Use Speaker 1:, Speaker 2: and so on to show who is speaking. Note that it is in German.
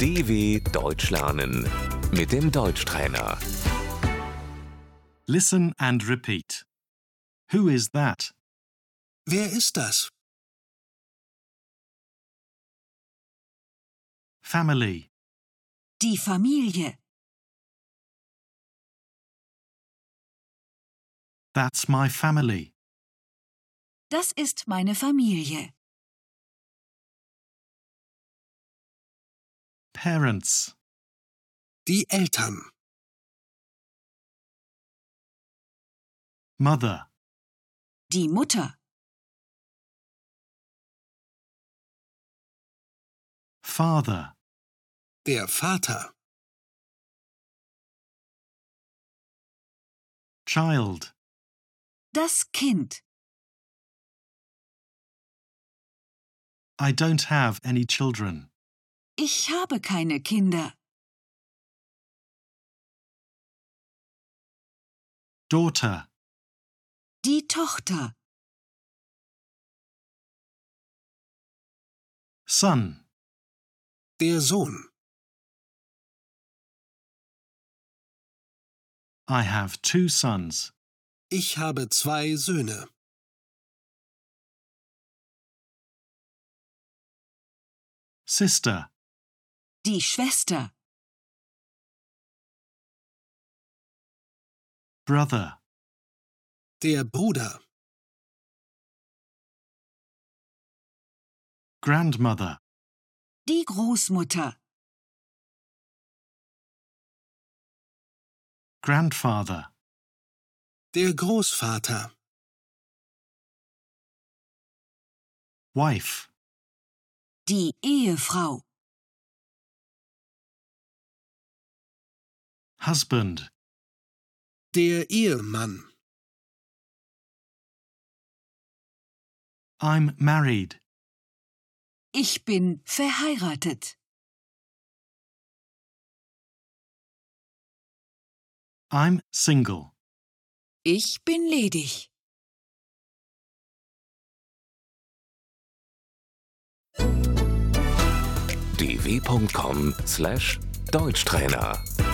Speaker 1: DW Deutsch lernen mit dem Deutschtrainer.
Speaker 2: Listen and repeat. Who is that?
Speaker 3: Wer ist das?
Speaker 2: Family.
Speaker 4: Die Familie.
Speaker 2: That's my family.
Speaker 4: Das ist meine Familie.
Speaker 2: Parents.
Speaker 3: Die Eltern.
Speaker 2: Mother.
Speaker 4: Die Mutter.
Speaker 2: Father.
Speaker 3: Der Vater.
Speaker 2: Child.
Speaker 4: Das Kind.
Speaker 2: I don't have any children.
Speaker 4: Ich habe keine Kinder.
Speaker 2: Daughter.
Speaker 4: Die Tochter.
Speaker 2: Son.
Speaker 3: Der Sohn.
Speaker 2: I have two sons.
Speaker 3: Ich habe zwei Söhne.
Speaker 2: Sister.
Speaker 4: Die Schwester.
Speaker 2: Brother.
Speaker 3: Der Bruder.
Speaker 2: Grandmother.
Speaker 4: Die Großmutter.
Speaker 2: Grandfather.
Speaker 3: Der Großvater.
Speaker 2: Wife.
Speaker 4: Die Ehefrau.
Speaker 2: Husband.
Speaker 3: Der Ehemann.
Speaker 2: I'm married.
Speaker 4: Ich bin verheiratet.
Speaker 2: I'm single.
Speaker 4: Ich bin ledig.
Speaker 1: dw.com/deutschtrainer